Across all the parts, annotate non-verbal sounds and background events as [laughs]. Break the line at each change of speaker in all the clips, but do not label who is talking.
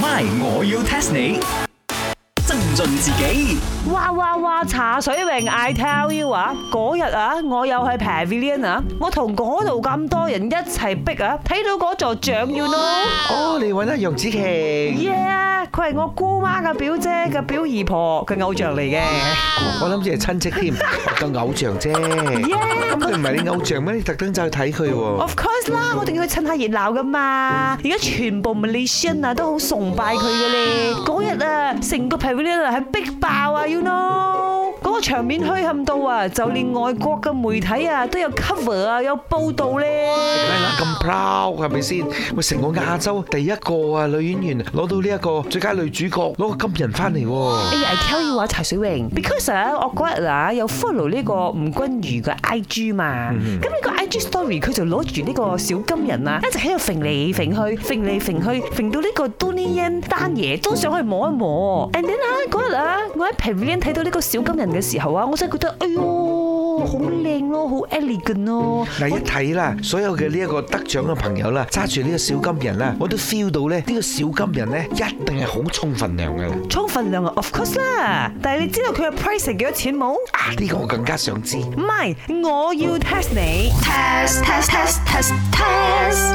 My，我要 test 你。增進自己
哇哇哇！茶水榮，I tell you 啊，嗰日啊，我又去 Pavilion 啊，我同嗰度咁多人一齊逼啊，睇到嗰座像，you know，yeah，
哦，你揾阿楊紫瓊，
佢係我姑媽嘅表姐嘅表姨婆嘅偶像嚟嘅
我諗住係親戚添，我個偶像啫。咁佢唔係你偶像咩？你特登走去睇佢喎。
，of course 啦，我哋要去趁下熱鬧噶嘛，而家全部 Malaysian 啊都好崇拜佢嘅咧，嗰日啊，成個 Pavilion 啊係逼爆啊，you know，嗰個場面虛冚到啊，就連外國嘅媒體啊都有 cover 啊，有報導咧。
梗係啦，咁 proud 係咪先？喂，成個亞洲第一個啊女演員攞到呢一個最佳女主角，攞個金人翻嚟喎。
哎呀，I tell you 啊，柴水榮，because 啊，我嗰日啊有 follow 呢個吳君如嘅 IG 嘛，咁呢個 IG story 佢就攞住呢個小金人啊，一直喺度揈嚟揈去，揈嚟揈去，揈到呢個 Donnie Yen 單嘢都想去摸一摸。And then 啊，嗰日啊，我喺 Pavilion 睇到呢個小金人嘅時候啊，我真係覺得，哎呦，好靚咯，好 elegant 咯。
嗱，一睇啦，所有嘅呢一個得獎嘅朋友啦，揸住呢個小金人啦，我都 feel 到咧，呢個小金人咧一定係好充分量嘅啦。
充分量啊，of course 啦，但係你知道佢嘅 price 係幾多錢冇？
啊，呢個我更加想知。
唔係，我要 test 你。
test test test test test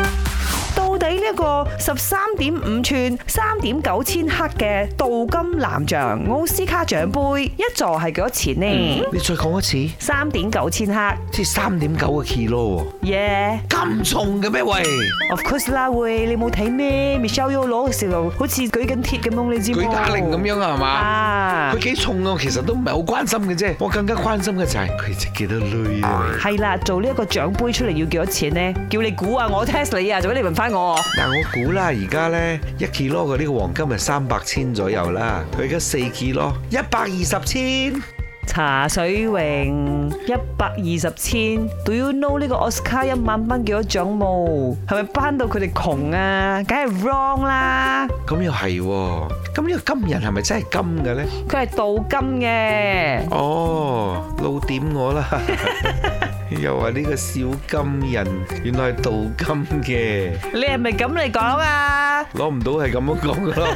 到底呢一個十三點五寸、三點九千克嘅鍍金藍象奧斯卡獎杯一座係幾多錢呢？
你再講一次，
三點九千克，
即係三點九個 kilo
耶、
喎，咁重嘅咩喂？
yeah,！Of course 啦，喂，你冇睇咩？Michelle Yeoh 攞嘅時候好似舉緊鐵咁樣，你知冇？
舉啞鈴咁樣啊係嘛？
啊
佢！幾重啊？我其實都唔係好關心嘅啫，我更加關心嘅就係佢值幾多鐳啊！
係啦，做呢一個獎杯出嚟要幾多錢呢？叫你估啊，我 test 你啊，做咩你問翻我？
嗱，我估啦，而家咧一 kilo 嘅呢個黃金係三百千左右啦，佢而家四 kilo 一百二十千。
茶水榮一百二十千，Do you know 呢個奧斯卡一萬蚊幾多獎冇？係咪班到佢哋窮啊？梗係 wrong 啦！
咁又係喎，咁呢個金人係咪真係金嘅咧？
佢係鍍金嘅。
哦，老點我啦， [laughs] 又話呢個小金人原來係鍍金嘅，
你係咪咁嚟講啊？
攞唔到係咁樣講咯。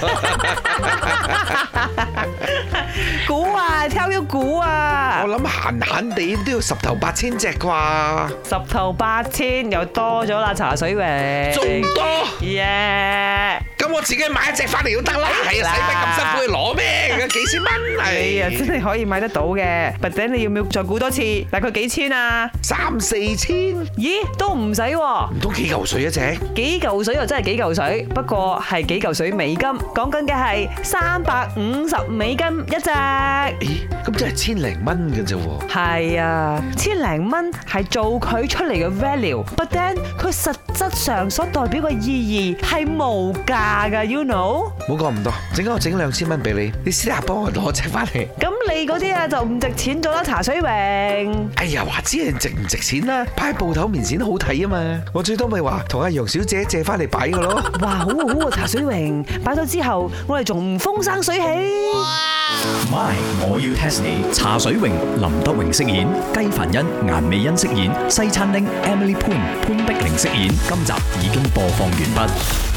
估啊，挑要估啊
我！諗閒閒地都要十頭八千隻啩，
十頭八千又多咗啦，茶水榮。
仲多。
耶！
咁我自己買一隻翻嚟都得啦，係啊，使乜咁辛苦去攞咩？幾千蚊
你啊，真
嚟，
係可以買得到嘅。But then 你要唔要再估多次？大概幾千啊？
三四千，唔
咦，都唔使喎。
通幾嚿水一隻？
幾嚿水又真係幾嚿水，不過係幾嚿水美金，講緊嘅係三百五十美金一隻。
咦，咁真係千零蚊嘅啫喎。
係啊，千零蚊係做佢出嚟嘅 value，but then 佢實質上所代表嘅意義係無價㗎，you know？
冇講咁多，陣間我整兩千蚊俾你，你私底下幫我攞隻翻嚟。
咁你嗰啲啊就唔值錢咗啦，茶水榮。
哎呀，話知人值唔值錢啦，擺喺鋪頭面前都好睇啊嘛。我最多咪話同阿楊小姐借翻嚟擺嘅咯。
哇，好啊好啊，茶水榮擺咗之後，我哋仲唔風生水起？
，My，我要 test 你。茶水榮、林德榮飾演，雞凡欣、顏美欣飾演，西餐廳 Emily Poon 潘碧玲飾演。今集已經播放完畢。